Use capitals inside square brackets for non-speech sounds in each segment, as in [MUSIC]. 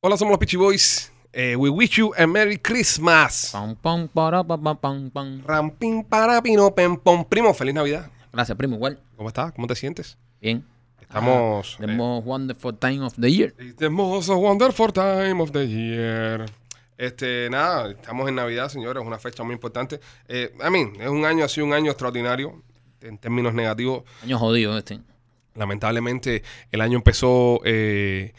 Hola, somos los Peachy Boys. Eh, we wish you a Merry Christmas. Pam, pam, para, pa, pa, pam, pam. Rampín, para, pino, pem, pom. Primo, feliz Navidad. Gracias, primo. Igual. ¿Cómo estás? ¿Cómo te sientes? Bien. Estamos. The most wonderful time of the year. It's the most wonderful time of the year. Este, nada, estamos en Navidad, señores, una fecha muy importante. Eh, I mean, es un año, ha sido un año extraordinario en términos negativos. Año jodido este. Lamentablemente, el año empezó eh,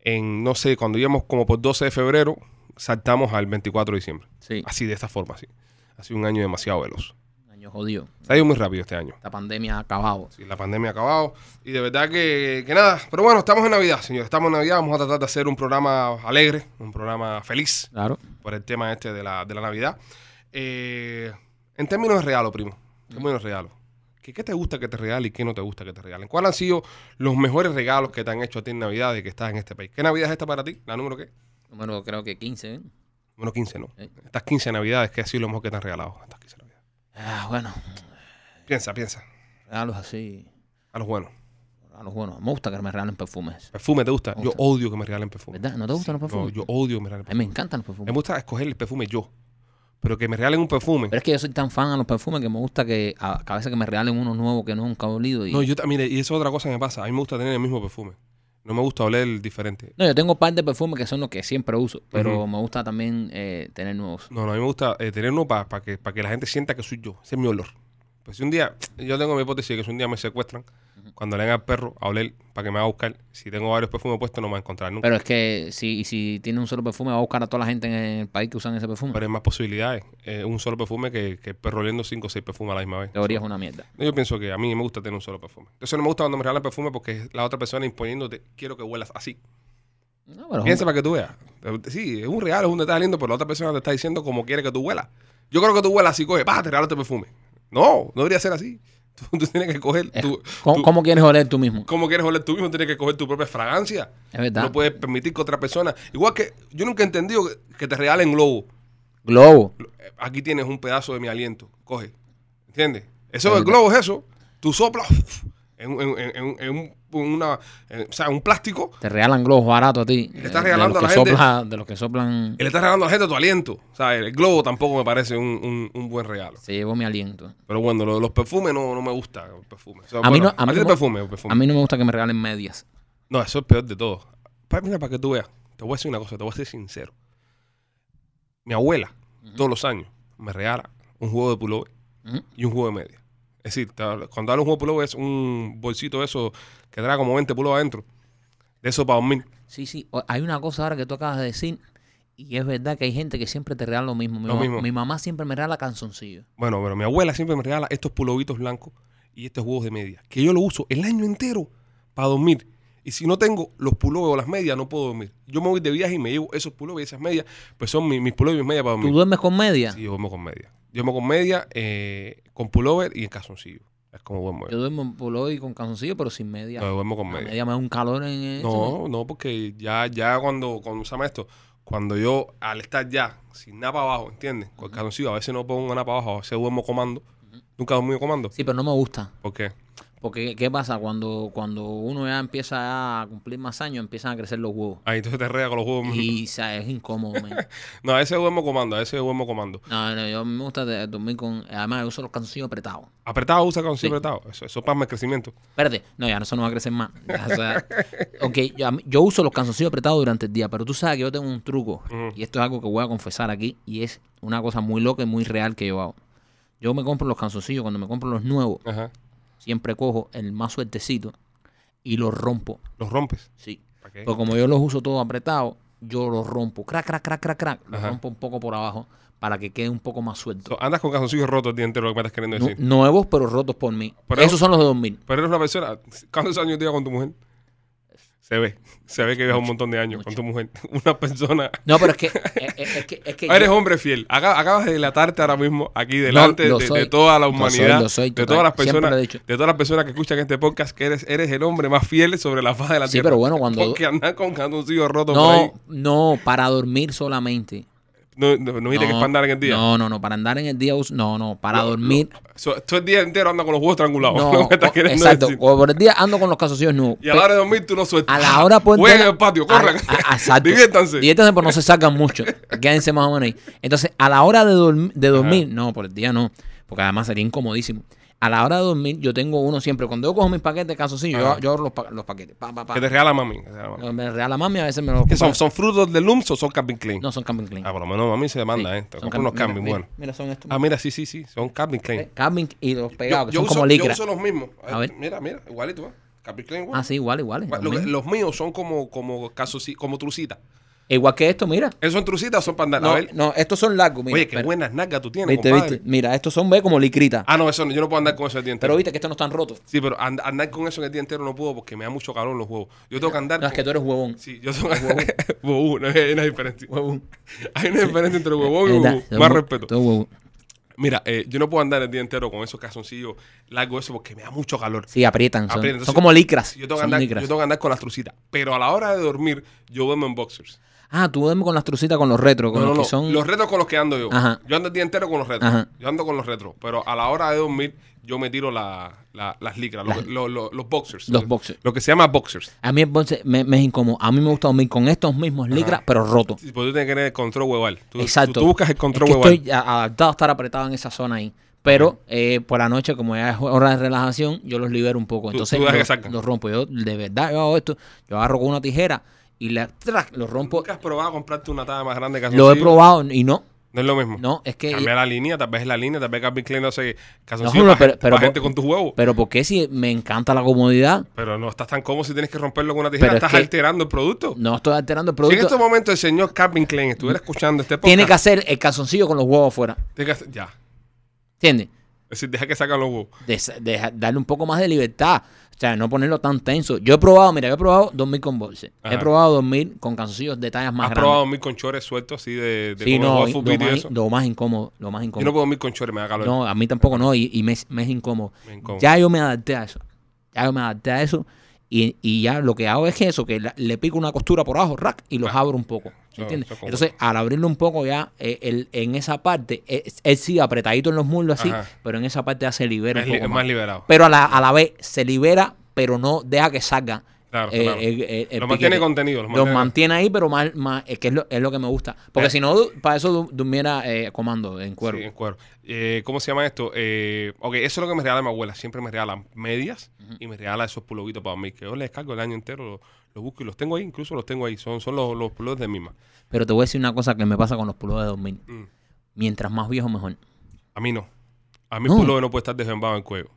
en, no sé, cuando íbamos como por 12 de febrero, saltamos al 24 de diciembre. Sí. Así, de esta forma, así. Ha sido un año demasiado veloz. Año jodido. Se ha ido muy rápido este año. Esta pandemia ha acabado. Sí, la pandemia ha acabado. Y de verdad que, que nada. Pero bueno, estamos en Navidad, señores. Estamos en Navidad. Vamos a tratar de hacer un programa alegre, un programa feliz Claro. por el tema este de la, de la Navidad. Eh, en términos de regalo, primo. En términos de regalo. ¿Qué, qué te gusta que te regalen y qué no te gusta que te regalen? ¿Cuáles han sido los mejores regalos que te han hecho a ti en Navidad de que estás en este país? ¿Qué Navidad es esta para ti? ¿La número qué? Número creo que 15. ¿eh? Número 15, ¿no? Sí. Estas 15 Navidades, que ha sido lo mejor que te han regalado? Estas 15 Navidades. Ah, bueno. Piensa, piensa. Regalos así. A los buenos. Regalos buenos. Me gusta que me regalen perfumes. ¿Perfume te gusta? Me Yo gusta. odio que me regalen perfume. ¿Verdad? ¿No te gustan los No, perfumes? yo odio que me regalen A mí me encantan los perfumes. Me gusta escoger el perfume yo. Pero que me regalen un perfume. Pero es que yo soy tan fan a los perfumes que me gusta que a, que a veces que me regalen uno nuevo que nunca he olido. Y... No, yo ta- mire, y eso es otra cosa que me pasa. A mí me gusta tener el mismo perfume. No me gusta oler diferente. No, yo tengo un par de perfumes que son los que siempre uso, pero Ujú. me gusta también eh, tener nuevos. No, no, a mí me gusta eh, tener uno para que, pa' que la gente sienta que soy yo. Ese es mi olor. Pues si un día, yo tengo mi hipótesis de que si un día me secuestran, cuando le den al perro a oler para que me va a buscar, si tengo varios perfumes puestos no me va a encontrar nunca. Pero es que si, si tiene un solo perfume, va a buscar a toda la gente en el país que usan ese perfume. Pero hay más posibilidades. eh, un solo perfume que, que el perro oliendo cinco o seis perfumes a la misma vez. Teoría es una mierda. No, Yo pienso que a mí me gusta tener un solo perfume. Entonces no me gusta cuando me regalan perfume porque es la otra persona imponiéndote, quiero que huelas así. No, pero Piensa para que tú veas. Sí, es un regalo, es un detalle lindo, pero la otra persona te está diciendo como quiere que tú huelas. Yo creo que tú huelas así, coge, pa, te regalo este perfume. No, no debería ser así. [LAUGHS] Tú, tú tienes que coger, es- tú, ¿cómo, tú- cómo quieres oler tú mismo? como quieres oler tú mismo, tienes que coger tu propia fragancia. Es verdad. No puedes permitir que otra persona. Igual que yo nunca he entendido que- que te regalen globo. Globo. Eh, Aquí tienes un pedazo de mi aliento, coge. ¿Entiendes? Eso del globo es eso. Tú soplas [LAUGHS] en, en- en- en- en un, una- en- o sea, un plástico Te regalan globos baratos a ti. Le estás eh, de regalando los a la que gente. sopla- de los que soplan. y le estás regalando a la gente tu aliento. O sea, el globo tampoco me parece un, un- un buen regalo. Se llevó mi aliento. Pero bueno, lo de los perfumes no, no me gusta. El perfume. O sea, A mí bueno, no- a mí ti no el me- perfume, el perfume. A mí no me gusta que me regalen medias. No, eso es peor de todo. Pa- mira, para que tú veas, te voy a decir una cosa, te voy a ser sincero. Mi abuela, todos los años, me regala un juego de pullover Ujú. y un juego de media. Es decir, te hablo- cuando hablo de un juego de pullover es un bolsito de eso que trae como 20 pullovers adentro. De eso para dormir. Sí, sí. O- Hay una cosa ahora que tú acabas de decir. Y es verdad que hay gente que siempre te regala lo mismo. Mi, Lo ma- mismo. mi mamá siempre me regala canzoncillos. Bueno, pero mi abuela siempre me regala estos pulovitos blancos y estos juegos de media, que yo lo uso el año entero para dormir. Y si no tengo los pullovers o las medias, no puedo dormir. Yo me voy de viaje y me llevo esos pullovers y esas medias, pues son mis, mis pullovers y mis medias para ¿Tú dormir. duermes con medias? Sí, yo duermo con media. Yo duermo con media, eh, con pullover y en calzoncillo. Es como duermo Yo Ah, yo. duermo en polo y con calzoncillos, pero sin medias. No, yo duermo con La media. media me da un calor en eso. No, no, porque ya, ya cuando, cuando usamos esto, cuando yo al estar ya sin nada para abajo, ¿entiendes? Con el calzoncillo, a veces no pongo nada para abajo, a veces duermo comando. Nunca duermo comando. Sí, pero no me gusta. ¿Por qué? Porque, ¿qué pasa? Cuando, cuando uno ya empieza a cumplir más años, empiezan a crecer los huevos. Ahí entonces te rea con los huevos. Y o sea, es incómodo, man. [LAUGHS] No, a ese duermo comando, a ese duermo comando. No, no, yo me gusta de- dormir con. Además, yo uso los calzoncillos apretados. Apretado usa calzoncillo Sí. apretado. Eso, eso palma el crecimiento. Espérate, no, ya eso no va a crecer más. Ya, o sea, ok, yo, a mí- yo uso los calzoncillos apretados durante el día, pero tú sabes que yo tengo un truco. Ujú. Y esto es algo que voy a confesar aquí. Y es una cosa muy loca y muy real que yo hago. Yo me compro los calzoncillos, cuando me compro los nuevos, Ajá. siempre cojo el más suertecito y los rompo. Los rompes. Sí. ¿Para qué? Pero como yo los uso todos apretados, yo los rompo. Crac, crac, crac, crac, crac. Los Ajá. rompo un poco por abajo para que quede un poco más suelto. So, andas con calzoncillos rotos el día entero, lo que me estás queriendo Nu- decir. nuevos, pero rotos por mí. Pero- Esos son los de dormir. Pero eres una persona. ¿Cuántos años llevas con tu mujer? Se ve. Se ve que llevas un montón de años con tu mujer. [LAUGHS] Una persona. [LAUGHS] No, pero es que. es, es- es que, es que Eres yo- hombre fiel. Acá- acabas de delatarte ahora mismo aquí delante lo de, soy. de toda la Lo soy, humanidad. lo soy, de total. todas las Siempre personas. lo he dicho. De todas las personas que escuchan este podcast, que eres, eres el hombre más fiel sobre la faz de la Sí, tierra. pero bueno, cuando- Porque andas con calzoncillos rotos por ahí. No, no, para dormir solamente. No, no, no dijiste que es para andar en el día. No, no, no. Para andar en el día, us- no, no. Para No, dormir. So, tú el día entero andas con los huevos estrangulados. [LAUGHS] No, lo que estás o- queriendo exacto. decir. O por el día ando con los calzoncillos nudos. Y a la hora de dormir tú no sueltas. A la hora pueden Jueguen en el patio, corran. exacto. Diviértanse. Diviértanse, pero no se [LAUGHS] sacan mucho. Quédense más o menos ahí. Entonces, a la hora de, dorm- de dormir, no, por el día no, porque además sería incomodísimo. A la hora de dormir, yo tengo uno siempre. Cuando yo cojo mis paquetes de calzoncillos, yo, Ajá. yo abro los, pa- los paquetes. Pa, pa, pa. Que te regala mami. que te regala mami. Me regala mami, a veces me los ¿Qué son? compra- ¿Son frutos de Looms o son Calvin Klein? No, son Calvin Klein. Ah, por lo menos mami se demanda, Sí, ¿eh? Te son compro unos Calvin- Calvin, mira, bueno. Mira, mira, son estos. Ah, mira, sí, sí, sí. Son Calvin Klein. Eh, Calvin y los pegados, que son uso, yo como licra. uso los mismos. A ver. Mira, mira, igualito, ¿eh? Calvin Klein, igual. Ah, sí, igual, igual. Igual, lo lo que- mismo. los míos son como, como, casos, como trucitas. Igual que esto, mira. ¿Esos son trucitas o son para andar? A No, ver. no, estos son largos, mira. Oye, qué pero- buenas nalgas tú tienes, Viste, compadre. viste. Mira, estos son, ve, como licrita. Ah, no, eso no, yo no puedo andar con eso el día entero. Pero viste que estos no están rotos. Sí, pero and- andar con eso en el día entero no puedo porque me da mucho calor los huevos. Yo tengo que andar. No, es que con- tú eres huevón. Sí, yo tengo [LAUGHS] Huevú, no hay una diferencia. Huevón. [LAUGHS] Hay una diferencia entre huevón y Es verdad, huevú. tú Más eres hue- respeto. tú eres huevón. Mira, eh, yo no puedo andar el día entero con esos calzoncillos largos eso porque me da mucho calor. Sí, aprietan. Son, Aprietan, son entonces, como licras. Yo tengo, que son andar, licras. yo tengo que andar con las trucitas. Pero a la hora de dormir, yo duermo en boxers. Ah, tú duermes con las trucitas, con los retro, con No, no, los no. que son... Los retros con los que ando yo. Ajá. Yo ando el día entero con los retros. Ajá. Yo ando con los retros. Pero a la hora de dormir, yo me tiro la- la- las licras, lo Las- que- lo- lo- los boxers. Los boxers. Lo que se llama boxers. A mí entonces, me, me es incómodo. A mí me gusta dormir con estos mismos licras, pero rotos. Sí, Porque Pues tú tienes que tener el control hueval. Tú, Exacto. Tú, tú buscas el control es que hueval. estoy a- adaptado a estar apretado en esa zona ahí. Pero eh, por la noche, como ya es hora de relajación, yo los libero un poco. Tú- Entonces tú dejas que los, salgan. los rompo. Yo de verdad yo hago esto. Yo agarro con una tijera y la, ¡trac! los rompo. ¿Nunca has probado comprarte una talla más grande que Lo he calzoncillo? probado y no. No es lo mismo. No, es que... Cambia la línea, tal vez la línea, tal vez Calvin Klein no sé, No, calzoncillo no, para, pero- gente- pero- para gente con tus huevos. Pero, Pero porque si me encanta la comodidad, no estás tan cómodo si tienes que romperlo con una tijera, Pero es estás que- alterando el producto. no estoy alterando el Si en producto. estos momentos el señor Calvin Klein estuviera escuchando este podcast, Tiene que hacer el calzoncillo con los huevos afuera. tiene que hacer- ya. ¿Entiendes? Es decir, deja que sacan los huevos. Des- deja- darle un poco más de libertad. O sea, no ponerlo tan tenso. Yo he probado, mira, yo he probado dormir con bolsas. He Ajá. probado dormir con calzoncillos de tallas más ¿Has grandes. probado dormir con chores sueltos así de, de sí, como no, los lo Buffalo Bills y más, eso? lo más incómodo, lo más Yo no incómodo. puedo dormir con chores, me da calor. no, a mí tampoco no, y, y me, es- me es incómodo. Me incómodo. Ya yo me adapté a eso. Ya yo me adapté a eso. Y, y ya lo que hago es que eso, que la- le pico una costura por abajo, rack, y los Ah, abro un poco. eso- ¿Entiendes? eso es como- Entonces, al abrirlo un poco ya, eh, él- en esa parte, eh, él sigue apretadito en los muslos así, Ajá. pero en esa parte ya se libera es un li- poco más liberado. pero a la, a la vez se libera, pero no deja que salga. Claro, eh, claro. eh, eh, el Lo mantiene piquete. contenido, lo Los mantiene- mantiene ahí, pero más, más es que es lo, es lo que me gusta. Porque Eh. si no, du- para eso du- durmiera eh, comando en cuero. Sí, en cuero. Eh, ¿Cómo se llama esto? Eh, ok, eso es lo que me regala mi abuela. Siempre me regalan medias y me regala esos pulovitos para mí. Que yo les cargo el año entero, lo- los, busco y los tengo ahí. Incluso los tengo ahí. Son, son los, los pullovers de Mima. Pero te voy a decir una cosa que me pasa con los pulos de 2000. Mm. Mientras más viejo, mejor. A mí no. A mí No. el pullover no puede estar desvembado en el cuello.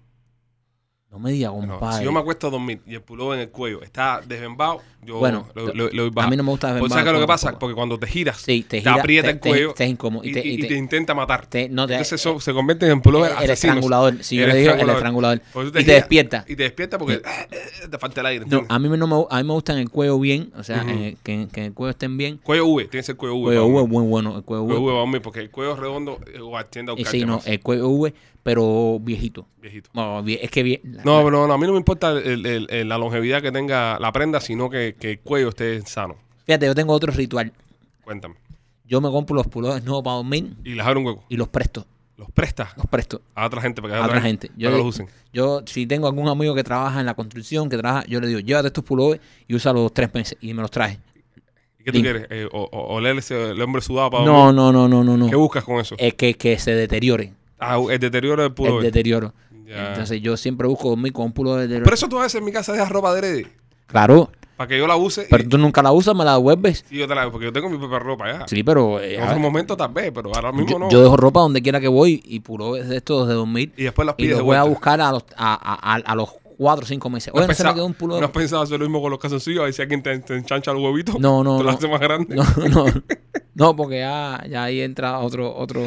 No me digas, No, compadre. Si yo me acuesto a dormir y el pullover en el cuello está desvembado, yo Bueno, lo, lo, lo a mí no me gusta desvembado Pues, ¿Sabes qué es lo el que cuello pasa? tampoco. Porque cuando te giras, Sí, te te, gira, aprieta te- el te- cuello te es incómodo. Y y, te- y y te- te intenta matar. te- no, te- Entonces son- se convierten en pullover el asesinos. estrangulador. Si yo El le digo el pues. estrangulador. estrangulador. Porque tú Y te giras despierta. Y te despierta porque eh, eh, te falta el aire. No, ah. ¿entiendes? a mí no me, a mí me gusta en el cuello bien, o sea, Ujú. en el- que, que en el cuello estén bien. Cuello V, tiene que ser cuello V. cuello para V mí. es muy bueno, el cuello Cuello V. V, para mí, porque el cuello redondo eh, o tiende a Y buscarte sí, no, eh. más, el cuello V, pero viejito. viejito. No, vie- es que vie- la- No, pero no, a mí no me importa el- el- el- la longevidad que tenga la prenda, sino que, que el cuello esté sano. Fíjate, yo tengo otro ritual. Cuéntame. Yo me compro los pullovers nuevos para dormir Y les abre un hueco. y los presto. Los prestas Los presto a otra gente para que a otra gente. para Yo, que los usen. yo, si tengo algún amigo que trabaja en la construcción, que trabaja, yo le digo, llévate estos pullovers y úsalos tres meses. Y me los traje. ¿Y qué tú Lim- quieres? Eh, o, o- oler ese- el hombre sudado para No, no, no, no, no, ¿Qué no. buscas con eso? Es que, que se deterioren. Ah, el deterioro del El pullover. deterioro. Ya. Entonces yo siempre busco dormir con un pullover Por deteriorado. eso tú a veces en mi casa dejas ropa de herede. Claro, Para que yo la use. pero y, tú nunca la usas, me la devuelves. y yo te la Porque yo tengo mi propia ropa ya. Sí, pero... eh, en a otro ver, momento tal vez, pero ahora mismo yo, no. yo dejo ropa donde quiera que voy y pullovers de estos de dormir. y después las Y pides de los voy a vuelta. buscar a los, a, a, a, a los cuatro o cinco meses. Oye, no, se me quedó un no pullover. has pensado hacer lo mismo con los calzoncillos, a ver si alguien te, te enchancha el huevito. No, no, Te lo no. hace más grande. No, [LAUGHS] no, no, porque ya, ya ahí entra otro, otro.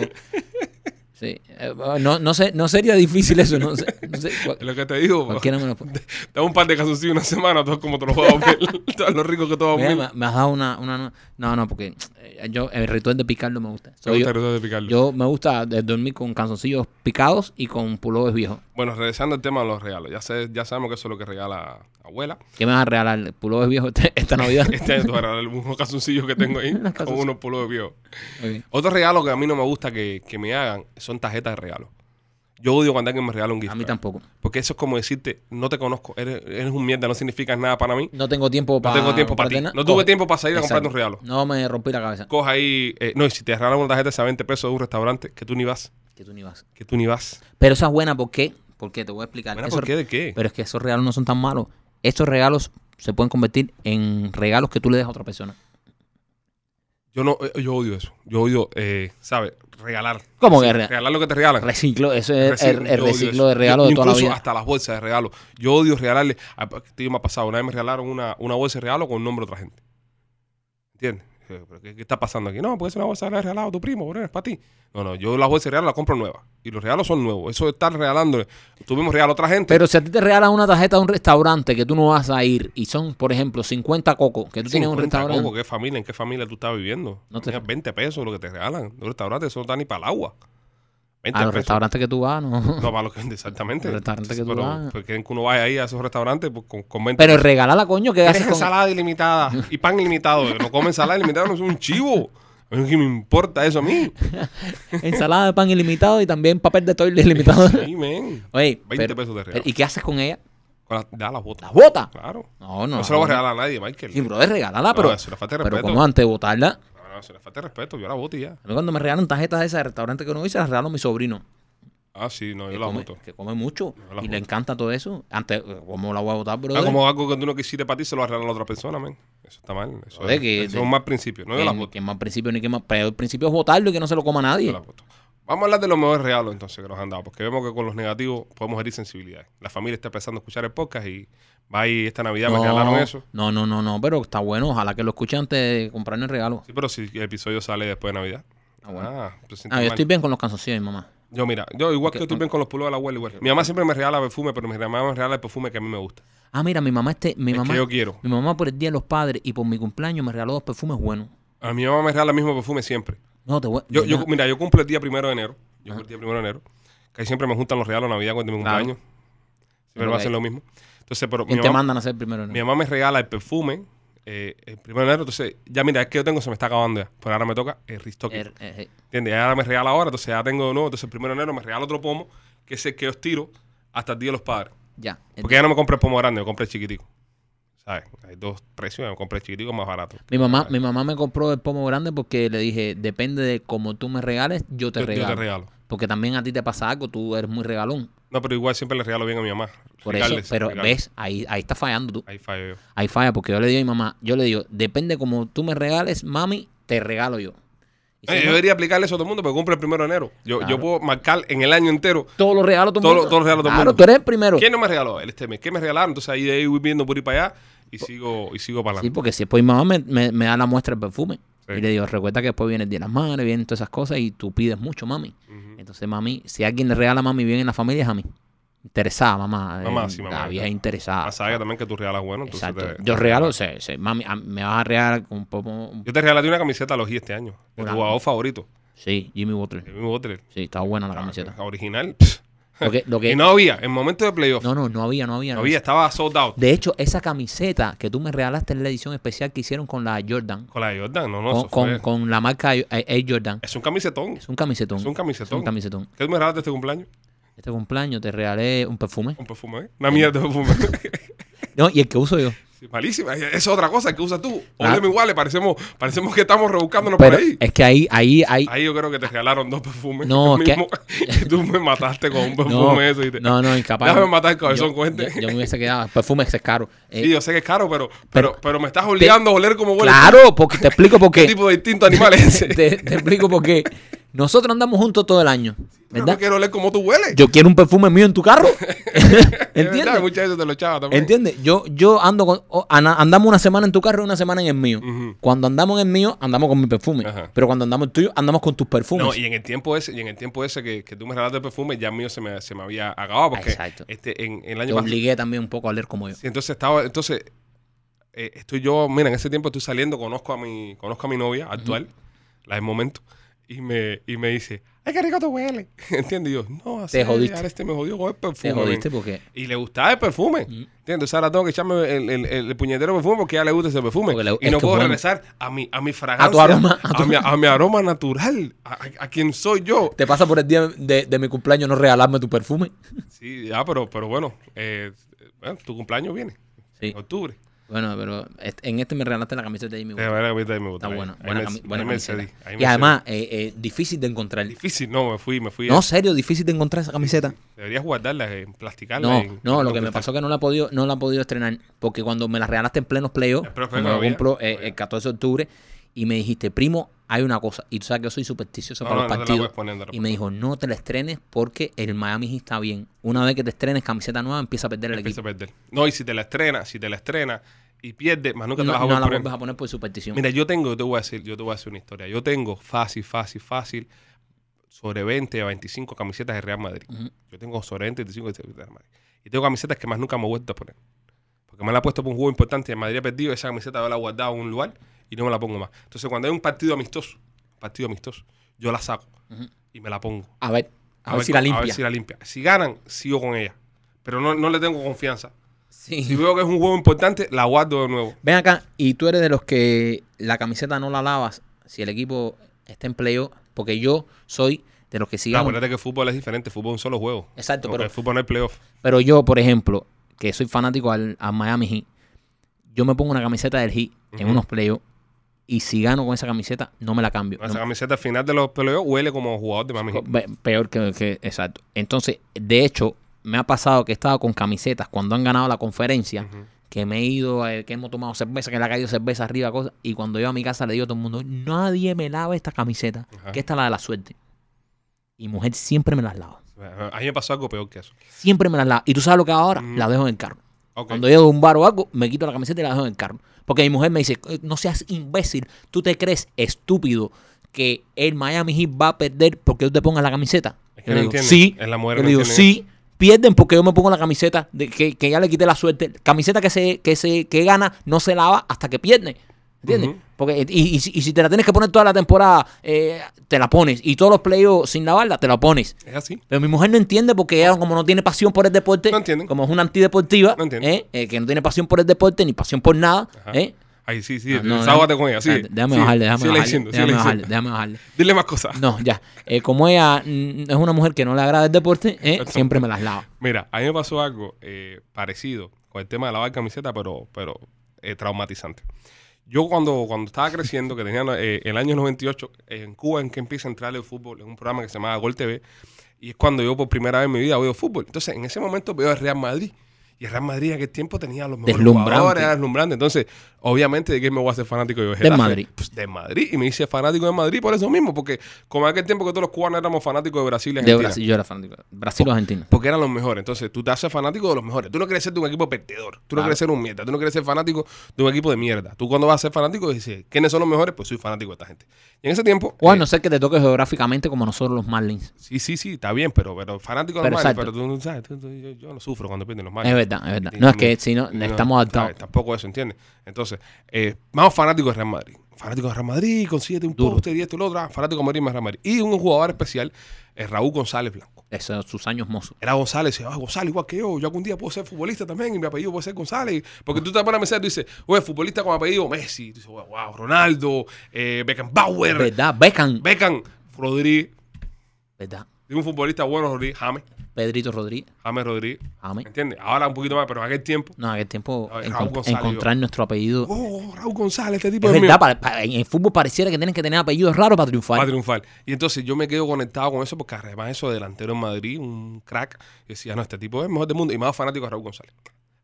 Sí. Eh, No, no sé, no sería difícil eso, no sé, no sé, cual- Es [LAUGHS] lo que te digo. po. cualquiera me lo puede. Te da un par de calzoncillos una semana, todo como te los vas a [LAUGHS] ver. todo lo rico que te vas a Mira, ver. me, me has dado una, una no, no, porque eh, yo el ritual de picarlo me gusta. Te Soy gusta yo, eso de picarlo. yo me gusta de dormir con calzoncillos picados y con pulobes viejos. Bueno, regresando al tema de los regalos. Ya, sé, ya sabemos que eso es lo que regala abuela. ¿Qué me vas a regalar? ¿Pulobes viejos este- [LAUGHS] esta Navidad? Este año te voy a regalar unos calzoncillos que tengo ahí con calzoncillos. unos polos de viejo. Ok. Otro regalo que a mí no me gusta que, que me hagan son tarjetas de regalo. Yo odio cuando alguien me regala un gift A mí card. tampoco. Porque eso es como decirte, no te conozco, eres, eres un mierda, no significas nada para mí. No tengo tiempo para. tengo tiempo para ti. comprarte nada. No tuve Coge. tiempo para salir a comprarte un Exacto. regalo. No me rompí la cabeza. Coja ahí, eh, no, y si te regalan una tarjeta de 20 pesos de un restaurante, que tú ni vas, Que tú ni vas. que tú ni vas. Pero esa es buena, ¿por qué? Porque te voy a explicar. Bueno, Esos- ¿por qué? ¿De qué? Ah, Pero es que esos regalos no son tan malos. Estos regalos se pueden convertir en regalos que tú le des a otra persona. Yo no, eh, yo odio eso. Yo odio, eh, ¿sabes? Regalar. ¿Cómo Sí, que re- Regalar lo que te regalan. Reciclo, eso es Reci- el, el yo odio reciclo eso. de regalos Yo- de toda la incluso vida. hasta las bolsas de regalo. Yo odio regalarle. a- Tío, me ha pasado. Una vez me regalaron una, una bolsa de regalo con nombre de otra gente. ¿Entiendes? Eh, ¿pero ¿Qué, qué está pasando aquí? No, porque es una bolsa de regalo a tu primo, bro, es para ti. No, no, yo las bolsas de regalo las compro nuevas. Y los regalos son nuevos. Eso de estar regalándole. Tuvimos regalo a otra gente. Pero si a ti te regalan una tarjeta de un restaurante que tú no vas a ir y son, por ejemplo, 50 cocos, que tú tienes un 50 restaurante. cocos, ¿Qué familia? ¿En qué familia tú estás viviendo? No te- Mira, 20 pesos lo que te regalan. Los restaurantes eso no da ni para el agua. 20 A Ah, los pesos. restaurantes que tú vas, no. No, para los que [LAUGHS] exactamente. Los restaurantes que tú Pero, vas. pues, quieren que uno vaya ahí a esos restaurantes pues, con, con 20 [LAUGHS] Pero regalala, coño, que Tienes haces con. ensalada ilimitada y pan ilimitado. No comen ensalada ilimitada, no es un chivo. A mí que me importa eso a mí. Ensalada de pan ilimitado y también papel de toile ilimitado. Sí, men. [LAUGHS] Oye, 20 pero- pesos de regalo. pero, ¿y qué haces con ella? Con la- da las botas. ¿Las botas? Claro. No, no. No, se lo voy a regalar a nadie, Michael. Sí, brother, regálala, No, pero. es una falta de pero respeto. como antes de botarla. No, no, es una falta de respeto. Yo la boto y ya. A mí cuando me regalan tarjetas de esas de restaurante que uno dice, las regalo a mi sobrino. Ah, sí, no, yo que, la come, boto. que come mucho la y boto. le encanta todo eso. Antes, eh, ¿cómo la voy a votar, brother? Ah, como algo que tú no quisiste para ti, se lo arregla a la otra persona, men. Eso está mal. Eso, Joder, es, que- eso es un mal principio. No, yo la Que- boto. que más principio ni que más. Pero el principio es votarlo y que no se lo coma nadie. Yo la voto. Vamos a hablar de los mejores regalos entonces que nos han dado, porque vemos que con los negativos podemos herir sensibilidades. La familia está empezando a escuchar el podcast y va ahí esta Navidad me regalaron eso. no, no, no, no, pero está bueno. Ojalá que lo escuche antes de comprarme el regalo. Sí, pero si el episodio sale después de Navidad. Ah, bueno. Ah, te sientes Ah, yo mal. estoy bien con los canciones, mamá. Yo, mira, yo igual que Ok, ah. yo estoy ok. bien con los pulos de la abuela, igual. Mi mamá siempre me regala perfume, pero mi mamá me regala el perfume que a mí me gusta. Ah, mira, mi mamá este, mi el mamá, que yo quiero. mi mamá por el día de los padres y por mi cumpleaños me regaló dos perfumes buenos. A mi mamá me regala el mismo perfume siempre. No te voy Yo, de yo, nada. mira, yo cumplo el día primero de enero. Yo cumplo el día primero de enero. Que ahí siempre me juntan los regalos de Navidad cuando es mi Claro. cumpleaños. Siempre lo me que hacen hay. lo mismo. Entonces, pero mi ¿Quién te mamá, mandan a hacer primero? no? mi mamá me regala el perfume eh, el primero de enero. Entonces, ya mira, es que yo tengo, se me está acabando ya. Pero ahora me toca el restock. Er- eh, eh. ¿Entiendes? Ya ahora me regala ahora, entonces ya tengo de nuevo. Entonces el primero de enero me regala otro pomo, que es el que yo tiro hasta el día de los padres. ya. Porque ya no me compré el pomo grande, me compré el chiquitico. ¿Sabes? Hay dos precios, me compré el chiquitico más barato. Mi mamá, mi mamá me compró el pomo grande porque le dije, depende de cómo tú me regales, yo te Yo- yo regalo. te regalo. Porque también a ti te pasa algo, tú eres muy regalón. No, pero igual siempre le regalo bien a mi mamá. Por Regarles, eso, pero regarles. ves, ahí, ahí está fallando tú. Ahí fallo yo. Ahí falla, porque yo le digo a mi mamá, yo le digo, depende como tú me regales, mami, te regalo yo. Y si Eh, no, yo debería aplicarle eso a todo el mundo, porque cumple el primero de enero. Yo, yo Claro. puedo marcar en el año entero. todos los regalos todo el Todos los- mundo. todos los regalos todo el Claro, mundo. tú eres el primero. ¿Quién no me regaló? Él este mes. ¿Qué me regalaron? Entonces ahí, de ahí voy viendo por ir para allá y sigo, y sigo para Sí, adelante. porque si después mi mamá me, me- me da la muestra del perfume. Sí. Y le digo, recuerda que después viene el Día de las Madres, vienen todas esas cosas y tú pides mucho, mami. Ujú. Entonces, mami, si alguien le regala a mami bien en la familia, es a mí. Interesada, mamá. Mamá, Eh, sí, mamá, La vieja claro. interesada. Ah, sabes también que tú regalas bueno. Entonces te- Exacto. Yo regalo, se- se- mami, a- me vas a regalar un poco. un- Yo te regalé una camiseta a los 10 este año. De tu Una. jugador favorito. Sí, Jimmy Butler. De mi Butler. Sí, está buena la camiseta. La original. pff. Lo que- [LAUGHS] lo que- Y no había. En momento de playoff. No, no, no, no había, no había. no había. Estaba sold out. De hecho, esa camiseta que tú me regalaste es la edición especial que hicieron con la Jordan, Con la de Jordan. No, no. con, eso con- fue- con la marca eh, Air Jordan. Es un camisetón. Es un camisetón. Es un camisetón. Es un camisetón. ¿Qué tú me regalaste este cumpleaños? Este cumpleaños te regalé un perfume. Un perfume, ¿eh? Una mierda de perfume. No, y el que uso yo. [LAUGHS] Sí, malísima. Esa es otra cosa que usas tú. Ah. Olemos iguales. Parecemos, parecemos que estamos rebuscándonos Pero por ahí. es que ahí, ahí, ahí. Ahí yo creo que te regalaron dos perfumes. [LAUGHS] No, Yo que- mismo- que tú me mataste con un perfume No, ese. Y te- no, no, incapaz. Déjame matar el cabezón yo, con este. Yo, yo me hubiese quedado. El perfume ese es caro. Eh, Sí, yo sé que es caro, pero, pero, pero, me estás obligando a oler como huele. claro, porque te explico [LAUGHS] por ¿Qué qué. tipo de distinto animal [LAUGHS] es ese? te, te explico por qué. Nosotros andamos juntos todo el año, Pero no ¿verdad? quiero oler como tú hueles. Yo quiero un perfume mío en tu carro. [LAUGHS] [LAUGHS] Es verdad, ¿Entiendes? Muchas veces te lo echaba también. ¿Entiendes? Yo, yo ando con. o- ana- andamos una semana en tu carro y una semana en el mío. Ujú. Cuando andamos en el mío, andamos con mi perfume. Ajá. Pero cuando andamos en el tuyo, andamos con tus perfumes. No, y en el tiempo ese, y en el tiempo ese que, que tú me regalaste el perfume, ya el mío se me, se me había acabado porque Ah, Exacto. este en, en el Te año pasado. obligué también un poco a leer como yo. Sí, entonces estaba, entonces eh, estoy yo, mira, en ese tiempo estoy saliendo, conozco a mi, conozco a mi novia actual, la del momento. y me, y me dice, ¡ay, qué rico te huele! [LAUGHS] ¿Entiendes? Y yo, no, así jodiste. ahora este me jodió con el perfume. Te jodiste porque, Y le gustaba el perfume. Mm. ¿Entiendes? O sea, ahora tengo que echarme el, el- el puñetero perfume porque a ella le gusta ese perfume. Porque le- y es no que puedo bueno. regresar a mi, a mi fragancia. aroma, a A, tu- mi, a mi aroma natural. A, a- a quien soy yo. [LAUGHS] te pasa por el día de, de mi cumpleaños no regalarme tu perfume. Sí, ya, pero, pero bueno, eh, bueno, tu cumpleaños viene. Sí. En octubre. Bueno, pero este- en este me regalaste la camiseta de Jimmy Eh, Butler. bueno, ahorita ahí me boté. Está buena, Ahí buena, me- cami- ahí buena me camiseta. cedí, ahí me y cedí. además, eh, eh, difícil de encontrar. Difícil, no, me fui, me fui. No, serio, difícil de encontrar esa camiseta. Deberías guardarla, en plasticarla. No, en- no, en lo que me contestar. pasó que no la he podido, no la he podido estrenar, porque cuando me la regalaste en plenos playoffs, Espero que como no lo había, cumplo no eh, había. el 14 de octubre, y me dijiste, primo, hay una cosa, y tú sabes que yo soy supersticioso No, para no, los no te la partidos, puedes poner, no te la y me dijo, no te la estrenes porque el Miami Heat está bien. Una vez que te estrenes camiseta nueva, empieza a perder el Empieza equipo. a perder. No, y si te la estrena, si te la estrena y pierdes, más nunca te No, la vas a no la volver a vuelves poner. a poner por superstición. Mira, yo tengo, yo te voy a decir, yo te voy a decir una historia. Yo tengo fácil, fácil, fácil, sobre 20 a 25 camisetas de Real Madrid. Ujú. Yo tengo sobre 20 a 25 camisetas de Real Madrid. Y tengo camisetas que más nunca me he vuelto a poner. Porque me la he puesto por un juego importante y el Madrid ha perdido, esa camiseta yo la he guardado en un lugar y no me la pongo más. Entonces, cuando hay un partido amistoso, partido amistoso, yo la saco Ujú. y me la pongo. A ver, a, ver, si la co- A limpia. ver si la limpia. Si ganan, sigo con ella. Pero no, no le tengo confianza. Sí. Si veo que es un juego importante, la guardo de nuevo. Ven acá, y tú eres de los que la camiseta no la lavas si el equipo está en playoff, porque yo soy de los que No, sigamos. acuérdate que el fútbol es diferente. El fútbol es un solo juego. Exacto, Porque el pero- fútbol no es playoff. Pero yo, por ejemplo, que soy fanático al, al Miami Heat, yo me pongo una camiseta del Heat en Ujú. unos playoffs y si gano con esa camiseta, no me la cambio. Esa No. camiseta al final de los playoffs huele como jugador de Miami Heat. Pe- Peor que, que- exacto. Entonces, de hecho, me ha pasado que he estado con camisetas cuando han ganado la conferencia, Ujú. que me he ido, eh, que hemos tomado cerveza, que le ha caído cerveza arriba, cosas, y cuando yo a mi casa le digo a todo el mundo, nadie me lava esta camiseta, Ajá. que esta es la de la suerte. Y mujer siempre me las lava. A mí me pasó algo peor que eso. Siempre me las lava. Y tú sabes lo que hago ahora, Ujú. la dejo en el carro. Ok. Cuando llego a un bar o algo, me quito la camiseta y la dejo en el carro. Porque mi mujer me dice, "Eh, no seas imbécil, tú te crees estúpido que el Miami Heat va a perder porque tú te pongas la camiseta. Es que Yo no le digo, entienden. sí. Es la Yo mujer le no digo, entiende sí, pierden porque yo me pongo la camiseta, de, que, que ya le quité la suerte. Camiseta que se, que se, que gana, no se lava hasta que pierde. ¿Entiendes? Ujú. Porque, eh, y, y si- y si te la tienes que poner toda la temporada, eh, te la pones. Y todos los playoffs sin lavarla, te la pones. eso. Es así. Pero mi mujer no entiende porque ella, como no tiene pasión por el deporte, No entienden. como es una antideportiva, No entienden. ¿eh? Eh, que no tiene pasión por el deporte ni pasión por nada, Ajá. ¿eh? Ahí sí, sí. No, no, Sábate déjame- con ella. Sí. espérate, Déjame sí. bajarle, déjame Síguele bajarle. diciendo, déjame síguele bajarle, diciendo. déjame bajarle. Dile más cosas. No, ya. Eh, como ella mm, es una mujer que no le agrada el deporte, ¿eh? siempre me las lava. Mira, a mí me pasó algo eh, parecido con el tema de lavar camiseta, pero, pero eh, traumatizante. Yo cuando, cuando estaba creciendo, que tenía eh, el año 98, eh, en Cuba en que empieza a entrar el fútbol, en un programa que se llamaba Gol TV, y es cuando yo por primera vez en mi vida veo fútbol. Entonces, en ese momento veo el Real Madrid. Y el Real Madrid en aquel tiempo tenía los mejores Deslumbrante. jugadores, era deslumbrante. Entonces, obviamente, ¿de qué me voy a hacer fanático yo? Del Madrid. Pues, de Madrid. Y me hice fanático de Madrid por eso mismo, porque como en aquel tiempo que todos los cubanos éramos fanáticos de Brasil y De Argentina. Brasil, yo era fanático. Brasil o Argentina. Porque eran los mejores. Entonces, tú te haces fanático de los mejores. Tú no quieres ser de un equipo perdedor. Tú no Claro. quieres ser un mierda. Tú no quieres ser fanático de un equipo de mierda. Tú cuando vas a ser fanático dices, ¿quiénes son los mejores? Pues soy fanático de esta gente. Y en ese tiempo... O a eh, no ser que te toque geográficamente como nosotros los Marlins. Sí, sí, sí, está bien, pero, pero fanático de Pero los Marlins, exacto. pero tú no sabes, tú- tú- yo, yo no sufro cuando pierden los Es Marlins. verdad, es verdad. No, es que si no, estamos adaptados. ¿sabes? Tampoco eso, ¿entiendes? Entonces, eh, vamos fanáticos de Real Madrid. Fanático de Real Madrid, consíguete un Duro. póster y esto y lo otro. ah, Fanático de Madrid más Real Madrid. Y un jugador especial, eh, Raúl González Blanco. Esos sus años mozos. Era González, decía, ah, González, igual que yo, yo algún día puedo ser futbolista también, y mi apellido puede ser González. Porque tú te pones a pensar, tú dices, oye, futbolista con apellido Messi, tú dices, wow, Ronaldo, eh, Es Beckenbauer, verdad, Beckham. Beckham, Rodríguez, verdad. de un futbolista bueno, Rodríguez, James, Pedrito Rodríguez. James Rodríguez, Amén. ¿me entiendes? Ahora un poquito más, pero en aquel tiempo, No, en aquel tiempo Ay, encont- Raúl González, encontrar nuestro apellido oh, Raúl González, este tipo Es es mío. verdad, para- para- en el fútbol pareciera que tienes que tener apellidos raros para triunfar. Va a triunfar. Y entonces yo me quedo conectado con eso porque además eso de delantero en Madrid, un crack, y decía, no, este tipo es el mejor del mundo y más fanático de Raúl González.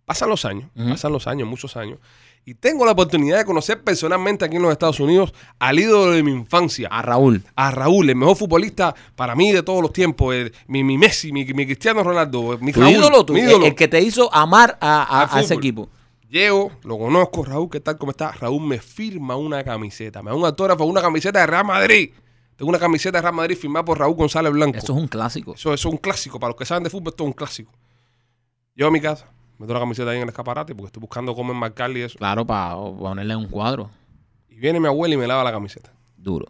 Pasan los años, Ujú. pasan los años, muchos años, y tengo la oportunidad de conocer personalmente aquí en los Estados Unidos al ídolo de mi infancia, a Raúl. a Raúl, el mejor futbolista para mí de todos los tiempos, el- mi, mi Messi, mi, mi Cristiano Ronaldo, mi Tu Raúl, ídolo, tu- mi el- ídolo. El, que te hizo amar a, a- Al a ese fútbol. equipo. Llego, lo conozco, Raúl, ¿qué tal? ¿Cómo está? Raúl me firma una camiseta, me da un autógrafo, una camiseta de Real Madrid. Tengo una camiseta de Real Madrid firmada por Raúl González Blanco. Eso es un clásico. Eso, eso es un clásico. Para los que saben de fútbol, esto es un clásico. Yo a mi casa, meto la camiseta ahí en el escaparate porque estoy buscando cómo enmarcarle y eso. Claro, para ponerle en un cuadro. Y viene mi abuela y me lava la camiseta. Duro.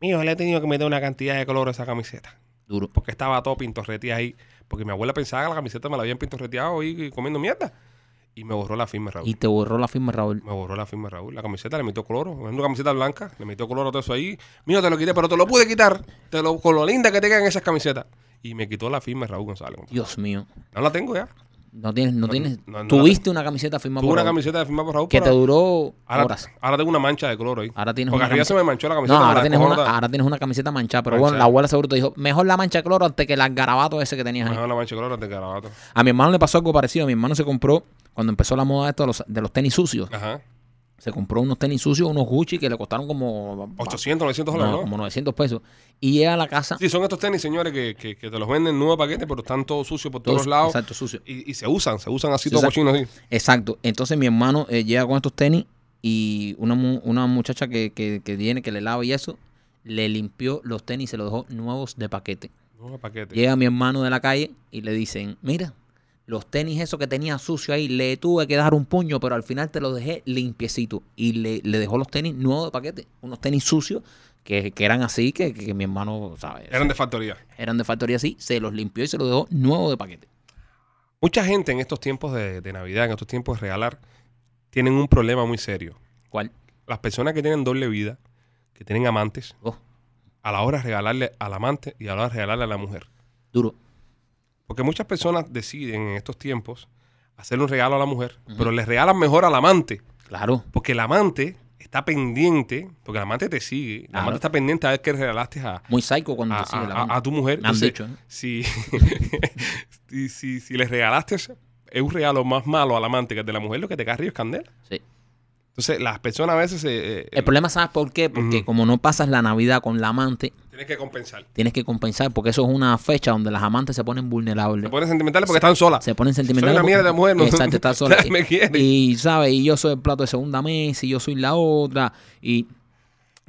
Mío, le he tenido que meter una cantidad de color a esa camiseta. Duro. Porque estaba todo pintorreteado ahí. Porque mi abuela pensaba que la camiseta me la habían pintorreteado y, y comiendo mierda. Y me borró la firma, Raúl. Y te borró la firma, Raúl. Me borró la firma, Raúl. La camiseta le metió color. Una camiseta blanca. Le metió color a todo eso ahí. Mío, te lo quité, pero te lo pude quitar. Te lo, con lo linda que te quedan esas camisetas. Y me quitó la firma Raúl González. compadre. Dios mío. No la tengo ya. No tienes, no, tienes. no, no tuviste una camiseta firmada Tuve por una Raúl camiseta de firma por Raúl. que pero te duró ahora, horas. ahora tengo una mancha de color ahí. Ahora tienes Porque una arriba camiseta- se me manchó la No, camiseta. ahora la tienes, una, descojonada. ahora tienes una camiseta manchada, pero bueno, Manchada. la abuela seguro te dijo, mejor la mancha de cloro antes que las garabatos ese que tenías ahí. Ajá, una mancha de color de garabato. A mi hermano le pasó algo parecido. Mi hermano se compró, cuando empezó la moda esto de los, de los tenis sucios, Ajá. se compró unos tenis sucios, unos Gucci que le costaron como, 800, 900 no, dólares, ¿no? como 900 pesos. Y llega a la casa, Sí, son estos tenis, señores, que, que, que te los venden nuevo paquete, pero están todos sucios por todos todos- lados. Exacto, sucio. Y, y se usan, se usan así Se todos usa- cochinos. así. Exacto. Entonces mi hermano eh, llega con estos tenis y una, mu- una muchacha que, que, que tiene, que le lava y eso, le limpió los tenis y se los dejó nuevos de paquete. Nuevo paquete. Llega mi hermano de la calle y le dicen, mira, los tenis esos que tenía sucio ahí, le tuve que dar un puño, pero al final te los dejé limpiecito. Y le, le dejó los tenis nuevos de paquete, unos tenis sucios que, que eran así, que, que mi hermano, ¿sabes? Eran de factoría. Eran de factoría así, se los limpió y se los dejó nuevos de paquete. Mucha gente en estos tiempos de, de Navidad, en estos tiempos de regalar, tienen un problema muy serio. ¿Cuál? Las personas que tienen doble vida, que tienen amantes, Oh, a la hora de regalarle al amante y a la hora de regalarle a la mujer. duro. Porque muchas personas deciden en estos tiempos hacerle un regalo a la mujer, pero les regalan mejor al amante. Claro. Porque el amante está pendiente, porque el amante te sigue, el Claro. amante está pendiente a ver qué regalaste a, Muy psycho cuando a- te sigue la a- banda. a tu mujer. Me han ah, Entonces, dicho, ¿eh? Si, [LAUGHS] si, si, si les regalaste ese- es un regalo más malo al amante que el de la mujer, lo que te cae arriba es candela. Sí. Entonces, las personas a veces se, eh, El problema, ¿sabes por qué? Porque Ujú. como no pasas la Navidad con la amante, tienen que compensar. tienes que compensar, porque eso es una fecha donde las amantes se ponen vulnerables. Se ponen sentimentales porque están solas. Ah. se ponen sentimentales. Soy una mierda de mujer, no- Exacto, [LAUGHS] está sola. nadie me quiere. Y, ¿sabes? Y yo soy el plato de segunda mesa y yo soy la otra. Y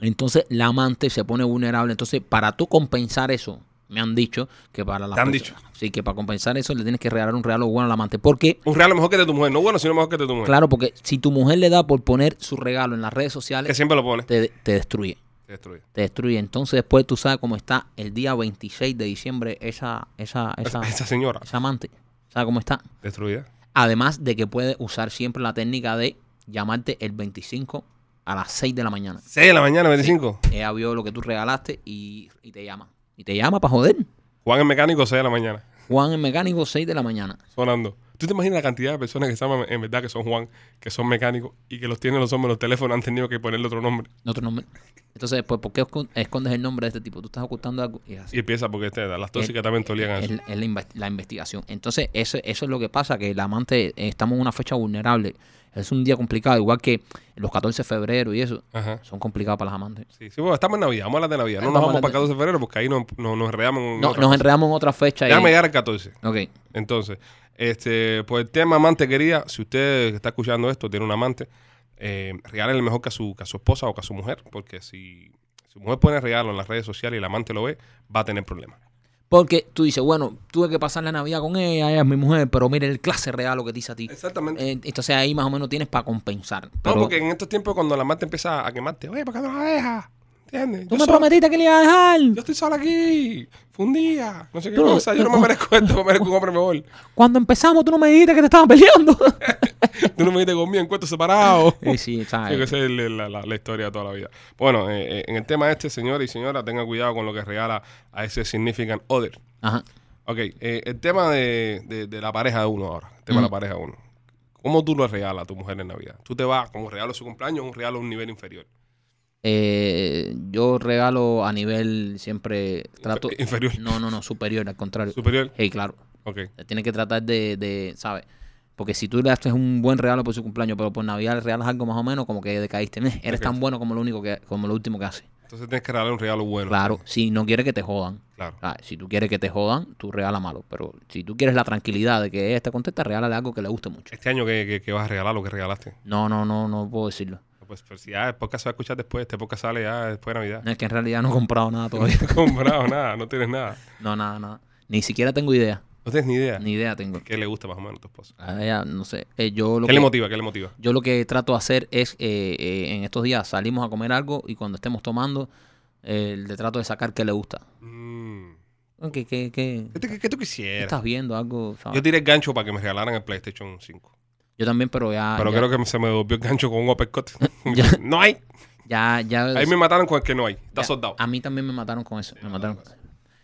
entonces la amante se pone vulnerable. Entonces, para tú compensar eso, me han dicho que para la. Te han Sí, que para compensar eso le tienes que regalar un regalo bueno al amante. Porque, Un regalo mejor que el de tu mujer. No bueno, sino mejor que el de tu mujer. claro, porque si tu mujer le da por poner su regalo en las redes Que sociales, siempre lo pones. te, te destruye. Te destruye. Te destruye. Entonces, después tú sabes cómo está el día 26 de diciembre esa, esa, [LAUGHS] esa, Esa señora. esa amante. ¿Sabes cómo está? Destruida. Además de que puede usar siempre la técnica de llamarte el 25 a las 6 de la mañana. 6 de la mañana, 25. Ella vio lo que tú regalaste y, y te llama. Y te llama para joder. Juan el mecánico, 6 de la mañana. Juan el mecánico, 6 de la mañana. Sonando. ¿Tú te imaginas la cantidad de personas que se llaman en verdad que son Juan, que son mecánicos y que los tienen los hombres, los teléfonos han tenido que ponerle otro nombre? Otro nombre. Entonces, después, ¿por qué oscu- escondes el nombre de este tipo? Tú estás ocultando algo. Y es así. Y empieza porque este, las tóxicas también te olían a Es, eso. es la, inve- la investigación. Entonces, eso, eso es lo que pasa, que el amante, eh, estamos en una fecha vulnerable. Es un día complicado, igual que los 14 de febrero y eso. Ajá. Son complicados para las amantes. Sí, sí, bueno, estamos en Navidad, vamos a hablar de Navidad. No Vamos nos a vamos para hablar de- 14 de febrero porque ahí nos, nos, nos enredamos. en No, otra nos cosa. enredamos en otra fecha. y- Déjame llegar al 14. Ok. Entonces, este, pues el tema amante querida, si usted está escuchando esto, tiene un amante, eh, regálele mejor que a, su, que a su esposa o que a su mujer, porque si su mujer pone regalo en las redes sociales y el amante lo ve, va a tener problemas. Porque tú dices, bueno, tuve que pasar la Navidad con ella, ella es mi mujer, pero mire el clase regalo que te hice a ti. Exactamente. Eh, entonces ahí más o menos tienes para compensar. Pero no, porque en estos tiempos cuando la amante empieza a quemarte, oye, ¿para qué no la dejas? ¿Entiendes? tú Yo me sola- prometiste que le iba a dejar. Yo estoy sola aquí, fundía, no sé qué Tú no- cosa, yo no [LAUGHS] me merezco esto, me merezco un hombre mejor. Cuando empezamos tú no me dijiste que te estaban peleando. Tú no me diste conmigo en cuentos separados. [LAUGHS] Eh, [LAUGHS] sí, está, Sí, que eh, esa es la, la- la historia de toda la vida. Bueno, eh, eh, en el tema este, señor y señora, tenga cuidado con lo que regala a ese significant other. Ajá. Ok, eh, el tema de, de- de la pareja de uno ahora. El tema de la Mm. pareja de uno. ¿Cómo tú lo regalas a tu mujer en Navidad? ¿Tú te vas como regalo de su cumpleaños o un regalo a un nivel inferior? Eh, yo regalo a nivel siempre trato. Infer- [LAUGHS] inferior. No, no, no, superior, al contrario. ¿Superior? Hey, claro. Ok. Te Tienes que tratar de, de ¿sabes? Porque si tú le haces un buen regalo por su cumpleaños, pero por Navidad le regalas algo más o menos, como que decaíste. Meh, Eres tan bueno como lo único que, como lo último que haces. Entonces tienes que regalar un regalo bueno. Claro, si no quieres que te jodan. Claro. Ah, si tú quieres que te jodan, tú regala malo. Pero si tú quieres la tranquilidad de que ella esté contenta, regálale algo que le guste mucho. Este año que, vas a regalar lo que regalaste. No, no, no, no puedo decirlo. Pues, pues si ya el podcast se va a escuchar después, este podcast sale ya después de Navidad. No, es que en realidad no he comprado [LAUGHS] nada todavía. No has comprado nada, no tienes nada. No, nada, nada. Ni siquiera tengo idea. No tienes ni idea. Ni idea tengo. ¿Qué le gusta más o menos a tu esposo? A ella, no sé. Eh, yo, lo ¿Qué le que, motiva? ¿Qué le motiva? yo lo que trato de hacer es, eh, eh, en estos días salimos a comer algo y cuando estemos tomando, eh, le trato de sacar qué le gusta. Mm. ¿Qué, qué, qué, ¿Qué, te- qué tú qué quisieras? estás viendo? Algo, ¿sabes? Yo tiré el gancho para que me regalaran el PlayStation 5. Yo también, pero ya. pero Ah, ya, creo que se me devolvió el gancho con un uppercut. [LAUGHS] Ya. no hay. ya, ya- Ahí me mataron con el que no hay. ya- Está soldado. A mí también me mataron con eso. Me mataron. con eso.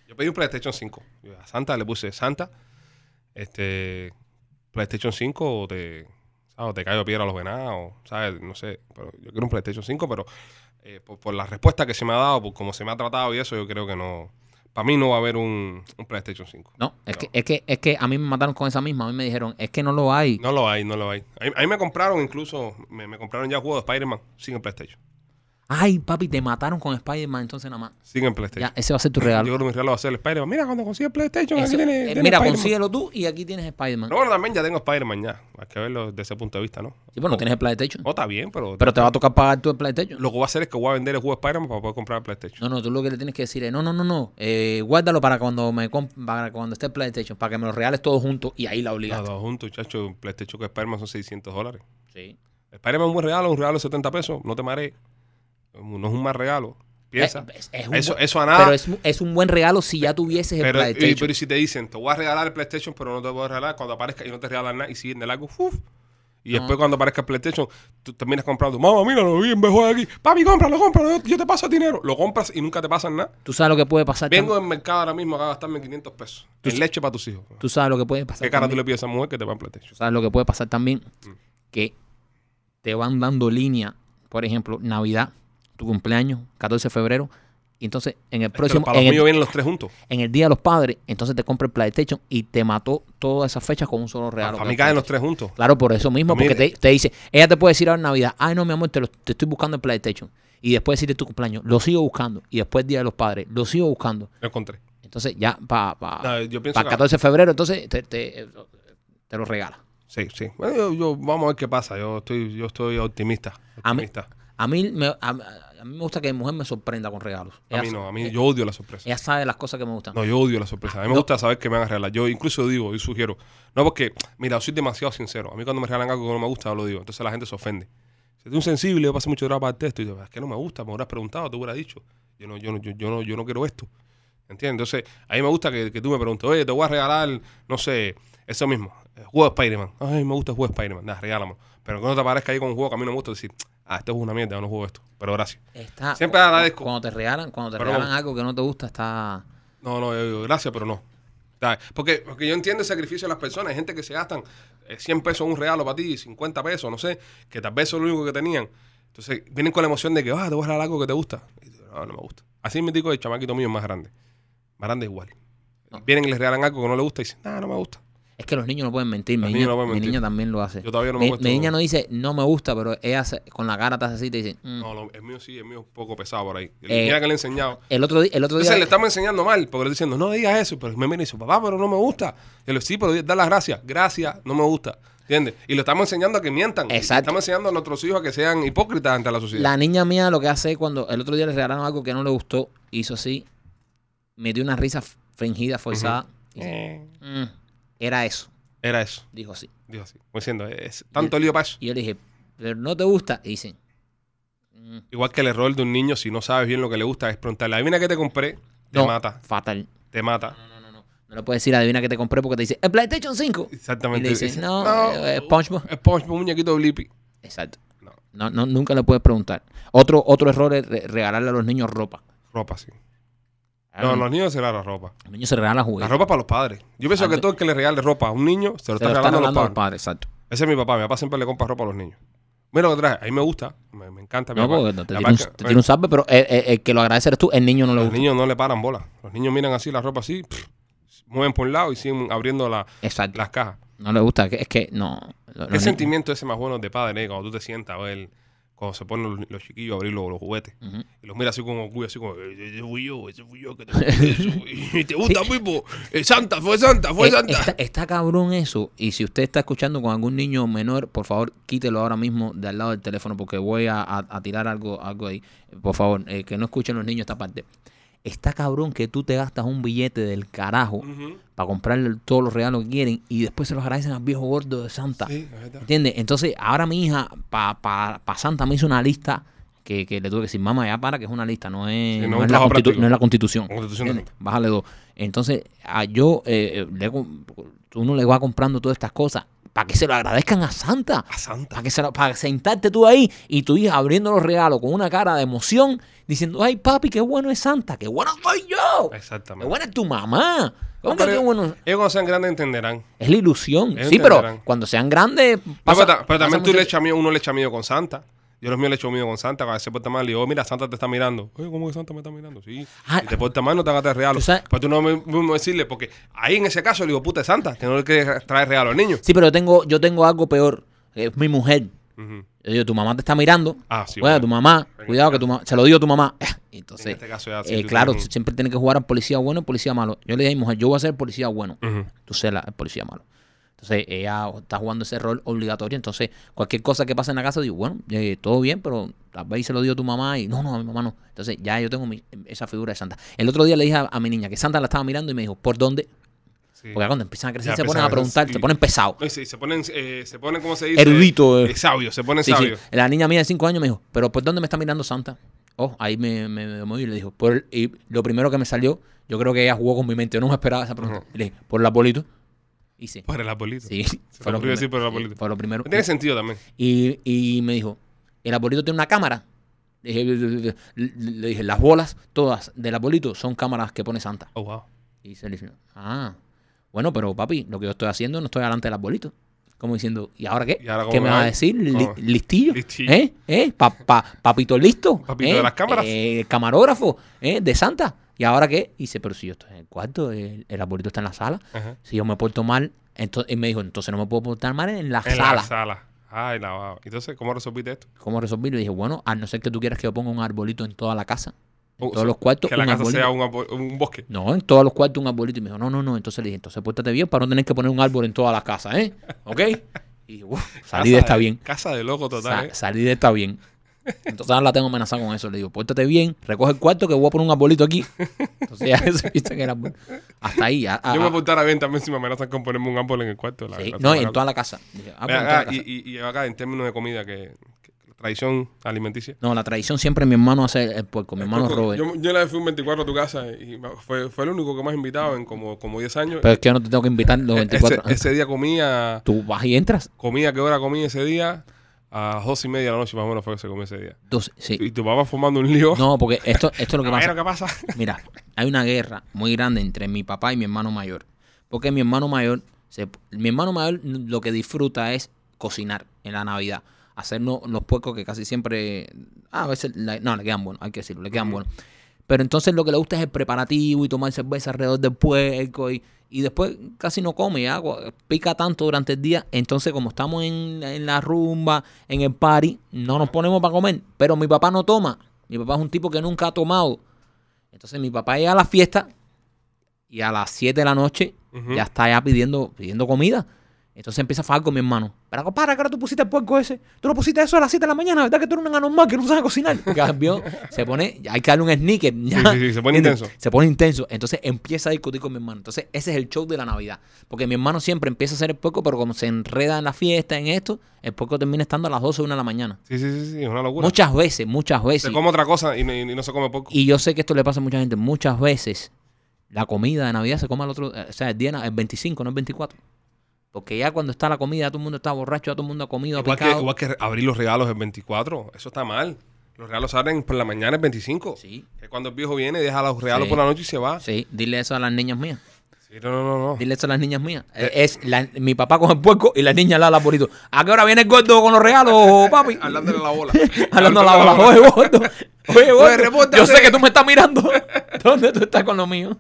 Yo pedí un PlayStation 5. Yo a Santa le puse Santa. Este. PlayStation 5 o te. ¿Sabes? O te caigo a piedra a los venados. ¿Sabes? No sé. Pero yo quiero un PlayStation 5, pero eh, por, por la respuesta que se me ha dado, por cómo se me ha tratado y eso, yo creo que no. Para mí no va a haber un, un PlayStation 5. No, es, Que, es, que, es que a mí me mataron con esa misma. A mí me dijeron, es que no lo hay. No lo hay, no lo hay. A mí, a mí me compraron incluso, me, me compraron ya juegos de Spider-Man sin el PlayStation. Ay, papi, te mataron con Spider-Man, entonces nada más. Sin el PlayStation. Ya, ese va a ser [LAUGHS] tu Yo regalo. creo que mi regalo va a ser el Spider-Man. Mira, cuando consigue el PlayStation, Eso- aquí tiene, eh, tiene mira, Spider-Man. consíguelo tú y aquí tienes Spider-Man. No, bueno, también ya tengo Spider-Man ya. Hay que verlo desde ese punto de vista, ¿no? Sí, bueno, tienes el PlayStation. No, está bien, pero, Pero te va a tocar pagar tú el PlayStation. lo que voy a hacer es que voy a vender el juego de Spider-Man para poder comprar el PlayStation. No, no, tú lo que le tienes que decir es, no, no, no, no, eh, guárdalo para cuando me comp- para cuando esté el PlayStation, para que me lo regales todos juntos y ahí la Los obligaste. dos juntos, chacho. Un PlayStation con Spider-Man son 600 dólares. Sí. Spider-Man es un buen regalo, un regalo de 70 pesos. No te marees. No es un mal regalo. Piensa. Eh, es- es un eso, buen- eso a nada. Pero es, mu- es un buen regalo si ya tuvieses el Pero, y, PlayStation. pero y si te dicen, te voy a regalar el PlayStation, pero no te voy a regalar cuando aparezca y no te regalan nada y siguen de largo, uf. Y No. después cuando aparezca el PlayStation, tú terminas comprando, mamá, mira, lo vi en mejor aquí. Papi, cómpralo, cómpralo, yo, yo te paso el dinero. Lo compras y nunca te pasan nada. tú sabes lo que puede pasar. Vengo chamo? del mercado ahora mismo acá a gastarme 500 pesos. En leche para tus hijos. Tú sabes lo que puede pasar. ¿Qué cara tú también? le pides a esa mujer que te va en PlayStation? Tú sabes lo que puede pasar también. Mm. Que te van dando línea, por ejemplo, Navidad, tu cumpleaños, 14 de febrero. Y entonces, en el Es que próximo, para los en el- míos vienen los tres juntos. en el Día de los Padres, entonces te compra el PlayStation y te mató todas esas fechas con un solo regalo. Para mí que caen es los tres juntos. Claro, por eso mismo, porque te, Mire. te dice, ella te puede decir ahora en Navidad, ay no, mi amor, te, lo- te estoy buscando en PlayStation. Y después decirte tu cumpleaños, lo sigo buscando. Y después el Día de los Padres, lo sigo buscando. Lo encontré. Entonces ya para No, yo pienso el que- 14 de febrero, entonces te, te, te lo regala. Sí, sí. Bueno, yo, yo- vamos a ver qué pasa. Yo estoy, yo estoy optimista. A mí- optimista. A mí, me, a, a mí me gusta que mi mujer me sorprenda con regalos. A mí, Ella- no, a mí yo odio la sorpresa. Ella sabe las cosas que me gustan. No, yo odio la sorpresa. A mí me No. gusta saber que me van a regalar. Yo incluso digo, yo sugiero. No, porque, mira, soy demasiado sincero. A mí cuando me regalan algo que no me gusta, yo lo digo. Entonces la gente se ofende. Si tú eres sensible, yo paso mucho trabajo para el texto. Y yo, es que no me gusta, me hubieras preguntado, te hubiera dicho. Yo no, yo no, yo, yo no, yo no quiero esto. ¿Entiendes? Entonces, a mí me gusta que, que tú me preguntes, oye, te voy a regalar, no sé, eso mismo, el juego de Spider-Man. Ay, me gusta el juego de Spider-Man, nah, regálamelo. Pero que no te aparezca ahí con un juego que a mí no me gusta decir, ah, esto es una mierda, yo no juego esto. Pero gracias. Está, Siempre agradezco. Cuando te regalan, cuando te Pero- regalan algo que no te gusta, está... No, no, yo digo, gracias, pero no. ¿Sabes? Porque, porque yo entiendo el sacrificio de las personas. Hay gente que se gastan eh, 100 pesos en un regalo para ti, 50 pesos, no sé, que tal vez eso es lo único que tenían. Entonces vienen con la emoción de que, ah, te voy a regalar algo que te gusta. Y yo, no, no me gusta. Así me digo el chamaquito mío es más grande. Más grande igual. Vienen y les regalan algo que no le gusta y dicen, no, no me gusta. Es que los niños no pueden mentir. Mi, Los niña, niños no pueden mi mentir. niña también lo hace. Yo todavía no me he mi, puesto- mi niña no dice, no me gusta, pero ella hace- con la cara te hace así y te dice... "Mm". No, lo- el mío sí, el mío es un poco pesado por ahí. El Eh, mira que le he enseñado. El otro, di- el otro día... Entonces le estamos enseñando mal, porque le estoy diciendo, no digas eso, pero me mira y dice, papá, pero no me gusta. Y le sí, pero di- da las gracias, gracias, no me gusta. ¿Entiendes? Y lo estamos enseñando a que mientan. Exacto. Y Estamos enseñando a nuestros hijos a que sean hipócritas ante la sociedad. La niña mía lo que hace es cuando el otro día le regalaron algo que no le gustó, hizo así, metió una risa f- fingida, forzada. y dice, Eh, "Mm, era eso, era eso, dijo así. dijo así. Como diciendo, es tanto lío para eso. Y yo le dije, pero no te gusta. Y dicen, "Mm, Igual que el error de un niño, si no sabes bien lo que le gusta, es preguntarle, adivina que te compré, te no, mata, fatal. te mata. No, no, no, no. No le puedes decir, adivina que te compré porque te dice, el PlayStation 5. Exactamente. Y le dices, Dice, "No, eh, SpongeBob". SpongeBob, un muñequito de Blippi. Exacto. No, No, no, nunca le puedes preguntar. Otro, otro error es re- regalarle a los niños ropa. ropa, sí. Ah. No, los niños será la ropa. Los niños se regalan La juguetes. ropa para los padres. Yo pienso que Exacto. todo el que le regale ropa a un niño se lo Ah, se está lo regalando a los regalando padres. exacto. Ese es mi papá. Mi papá siempre le compra ropa a los niños. Mira lo que traje. A mí me gusta. Me, me encanta. mi No, papá. porque no, te, La eh. tiene un, marca- te tiene un salve, pero el, el- el que lo agradece eres tú, el niño no le los gusta. niños no le paran bola. Los niños miran así la ropa así, pff, mueven por un lado y siguen abriendo la- Exacto. las cajas. No le gusta. que- Es que no. lo- ¿Qué los niños- sentimiento ese más bueno de padre, eh? Cuando tú te sientas a ver, cuando se ponen los, los chiquillos a abrir los, los juguetes. Ujú. Y los mira así con orgullo, así como, "Eh, ese fui yo, ese fui yo que te compré eso". [LAUGHS] Y te gusta, Pipo. Eh, Santa, fue Santa, [LAUGHS] fue Eh, Santa. está, está cabrón eso. Y si usted está escuchando con algún niño menor, por favor, quítelo ahora mismo de al lado del teléfono porque voy a, a- a tirar algo, algo ahí. Por favor, eh, que no escuchen los niños esta parte. Está cabrón que tú te gastas un billete del carajo Ujú. para comprarle todos los regalos que quieren y después se los agradecen al viejo gordo de Santa. Sí, es verdad. ¿Entiendes? Entonces, ahora mi hija, para pa, pa Santa, me hizo una lista que, que le tuve que decir, mamá, ya para, que es una lista, no Sí, es, no no un es la, trabajo constitu- práctico. no es la constitución. La Constitución no. ¿Entiendes? Bájale dos. Entonces, a yo, eh, eh, le com- uno le va comprando todas estas cosas para que se lo agradezcan a Santa. A santa. Para, que se lo- para sentarte tú ahí y tu hija abriendo los regalos con una cara de emoción, diciendo, ay papi, qué bueno es Santa, qué bueno soy yo, qué Exactamente. buena es tu mamá. ¿Cómo No, que pero qué bueno? Ellos cuando sean grandes entenderán. Es la ilusión. Ellos sí, pero entenderán. cuando sean grandes... No, pasa- pero, ta- pero pasa también tú mucho- le echas miedo, uno le echa miedo con Santa. Yo los míos le echo miedo con Santa. Cuando se porta mal, le digo, "Oh, mira, Santa te está mirando. Oye, ¿cómo que Santa me está mirando? Sí. Ah. si te porta mal, no te hagas de regalo. Tú sabes- Pues tú no me, me- me decirle, porque ahí en ese caso le digo, puta es Santa, que no le quieres traer regalo al niño. Sí, pero yo tengo, yo tengo algo peor. Es mi mujer. Ujú. Yo digo, tu mamá te está mirando. Ah, sí. Cuida de bueno. tu mamá. En Cuidado este que tu mamá... Se lo digo a tu mamá. [LAUGHS] Entonces, En este caso ya, sí, eh, tú claro, tienes un- siempre tiene que jugar al policía bueno y policía malo. Yo le dije a mi mujer, yo voy a ser policía bueno. Ujú. tú seas la- el policía malo. Entonces ella está jugando ese rol obligatorio. Entonces, cualquier cosa que pase en la casa, digo, bueno, eh, todo bien, pero tal vez se lo dio a tu mamá y no, no, a mi mamá no. Entonces, ya yo tengo mi- esa figura de Santa. El otro día le dije a, a mi niña que Santa la estaba mirando y me dijo, ¿por dónde? Sí. Porque cuando empiezan a crecer Ya se ponen empiezan a a preguntar, crecer, se sí. ponen pesados. No, y sí, se ponen, eh, se ponen, ¿cómo se dice? Erudito. eh. Eh, sabios, se ponen Sí, sí. sabios. La niña mía de 5 años me dijo, ¿pero por dónde me está mirando Santa? Oh, ahí me, me, me moví y le dijo, por el- y lo primero que me salió, yo creo que ella jugó con mi mente, yo no me esperaba esa pregunta. Ajá. Le dije, por el arbolito. [LAUGHS] Y sí. Por el arbolito. Sí, te ocurrió decir por el sí, arbolito. fue lo primero. Tiene sentido también. Y, y me dijo, el arbolito tiene una cámara. Le dije, le- le- le dije, las bolas todas del arbolito son cámaras que pone Santa. Oh, wow. Y se le dijo, ah, bueno, pero papi, lo que yo estoy haciendo no estoy delante del arbolito. Como diciendo, ¿y ahora qué? ¿Y ahora cómo ¿Qué me me vas a voy? decir? Li- ¿Cómo? ¿Listillo? Listillo. ¿Eh? ¿Eh? Pa- pa- ¿Papito listo? Papito ¿Eh? de las cámaras. Eh, ¿Camarógrafo? ¿Eh? ¿De Santa? ¿Y ahora qué? Y dice, pero si yo estoy en el cuarto, el- el arbolito está en la sala Ajá. si yo me porto mal, entonces, y me dijo, entonces no me puedo portar mal en la En sala. la sala. Ay, la wow. Entonces, ¿cómo resolviste esto? ¿Cómo resolverlo? Y dije, bueno, a no ser que tú quieras que yo ponga un arbolito en toda la casa, en Oh, todos sí, los cuartos, que la un casa arbolito. sea un, arbo- un bosque. No, en todos los cuartos un arbolito. Y me dijo, no, no, no. Entonces le dije, entonces pórtate bien para no tener que poner un árbol en todas las casas, ¿eh? ¿Ok? Y dije, [LAUGHS] uff, salí de Casa esta bien. Casa de loco Sa- total. ¿eh? Salí de esta bien. Entonces ahora la tengo amenazada con eso. Le digo, pórtate bien, recoge el cuarto que voy a poner un arbolito aquí. Entonces ya [LAUGHS] se viste que era arbol- Hasta ahí. a- a- Yo me a- portara bien también si me amenazan con ponerme un árbol en el cuarto. La ah, sí, verdad, No, está y en mal. toda la casa. Dije, Ven ah, pero en toda la acá, casa. y, y, y acá en términos de comida, que, que- tradición alimenticia. No, la tradición siempre mi hermano hace el puerco, mi hermano Yo- Robert. Yo, yo la vez fui un 24 a tu casa y me- fue, fue el único que más invitado en como, como 10 años. Pero ah. es que yo no te tengo que invitar los E- 24. [LAUGHS] Ese, ese día comía, Tú vas y entras. comía, ¿qué hora comía ese día? A 12 y media de la noche más o menos fue que se comió ese día. Entonces, sí. Y tu papá formando un lío. No, porque esto, esto [LAUGHS] es lo que Caballero, pasa. ¿qué pasa? Mira, hay una guerra muy grande entre mi papá y mi hermano mayor. Porque mi hermano mayor, se- mi hermano mayor lo que disfruta es cocinar en la Navidad. Hacernos los puercos que casi siempre. ah, a veces. la- no, le quedan buenos, hay que decirlo, le quedan Ujú. buenos. Pero entonces lo que le gusta es el preparativo y tomar cerveza alrededor del puerco y, y después casi no come, ya, cua- pica tanto durante el día. Entonces como estamos en, en la rumba, en el party, no nos ponemos para comer. Pero mi papá no toma. Mi papá es un tipo que nunca ha tomado. Entonces mi papá llega a la fiesta y a las 7 de la noche Ujú. ya está ya pidiendo, pidiendo comida. Entonces empieza a fajar con mi hermano. Pero compadre, que ahora tú pusiste el puerco ese. Tú lo pusiste eso a las 7 de la mañana, ¿verdad? Que tú eres un anormal que no [LAUGHS] sabes cocinar. Cambió, se pone, ya hay que darle un sneaker. ya. sí, sí, se pone ¿Entiendes? intenso. Se pone intenso. Entonces empieza a discutir con mi hermano. Entonces ese es el show de la Navidad. Porque mi hermano siempre empieza a hacer el puerco, pero como se enreda en la fiesta, en esto, el puerco termina estando a las 12 o 1 de la mañana. Sí, sí, sí, sí, es una locura. Muchas veces, muchas veces. Se come otra cosa y no, y no se come poco. Y yo sé que esto le pasa a mucha gente. Muchas veces la comida de Navidad se come al otro, eh, o sea, el día, na- el 25, no el 24. Porque ya cuando está la comida, todo el mundo está borracho, ya todo el mundo ha comido, ha Igual que, picado. igual que abrir los regalos el 24, eso está mal. Los regalos salen por la mañana el 25. Sí, Que cuando el viejo viene, deja los regalos Sí. por la noche y se va. sí, dile eso a las niñas mías. Sí, no, no, no. no. Dile eso a las niñas mías. Eh, es la- mi papá con el puerco y la niña la la polito. ¿A qué hora viene el gordo con los regalos, papi? Hablándole a la bola. [LAUGHS] Hablando a la Hablándole bola. Oye, gordo. Oye, Oye, gordo. Yo sé repórtate. que tú me estás mirando. [LAUGHS] ¿Dónde tú estás con lo mío?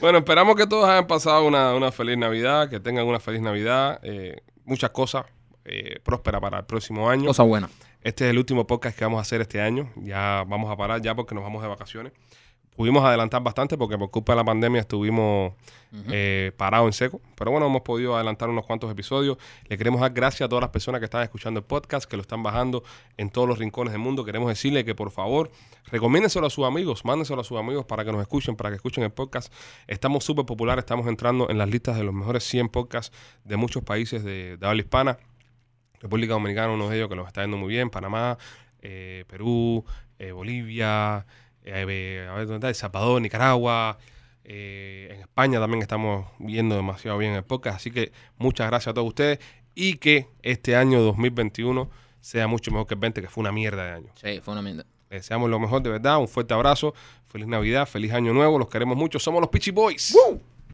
Bueno, esperamos que todos hayan pasado una, una feliz Navidad, que tengan una feliz Navidad, eh, muchas cosas eh, prósperas para el próximo año. Cosa buena. Este es el último podcast que vamos a hacer este año. Ya vamos a parar ya porque nos vamos de vacaciones. Pudimos adelantar bastante porque por culpa de la pandemia estuvimos eh, parados en seco. Pero bueno, hemos podido adelantar unos cuantos episodios. Le queremos dar gracias a todas las personas que están escuchando el podcast, que lo están bajando en todos los rincones del mundo. Queremos decirle que por favor, recomiéndenselo a sus amigos, mándenselo a sus amigos para que nos escuchen, para que escuchen el podcast. Estamos súper populares, estamos entrando en las listas de los mejores 100 podcasts de muchos países de, de habla hispana. República Dominicana, uno de ellos que los está yendo muy bien, Panamá, eh, Perú, eh, Bolivia, eh, eh, a ver, ¿dónde está? El Salvador, Nicaragua. eh, en España también estamos viendo demasiado bien el podcast. Así que muchas gracias a todos ustedes y que este año 2021 sea mucho mejor que el 20, que fue una mierda de año. Sí, fue una mierda. Les deseamos lo mejor de verdad. Un fuerte abrazo. Feliz Navidad, feliz Año Nuevo. Los queremos mucho. Somos los Peachy Boys.